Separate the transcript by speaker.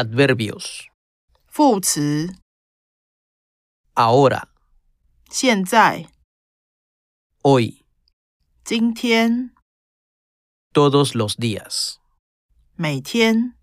Speaker 1: Adverbios.
Speaker 2: 副词
Speaker 1: Ahora,
Speaker 2: 现在、
Speaker 1: hoy,
Speaker 2: 今天、
Speaker 1: todos los días.
Speaker 2: 每天。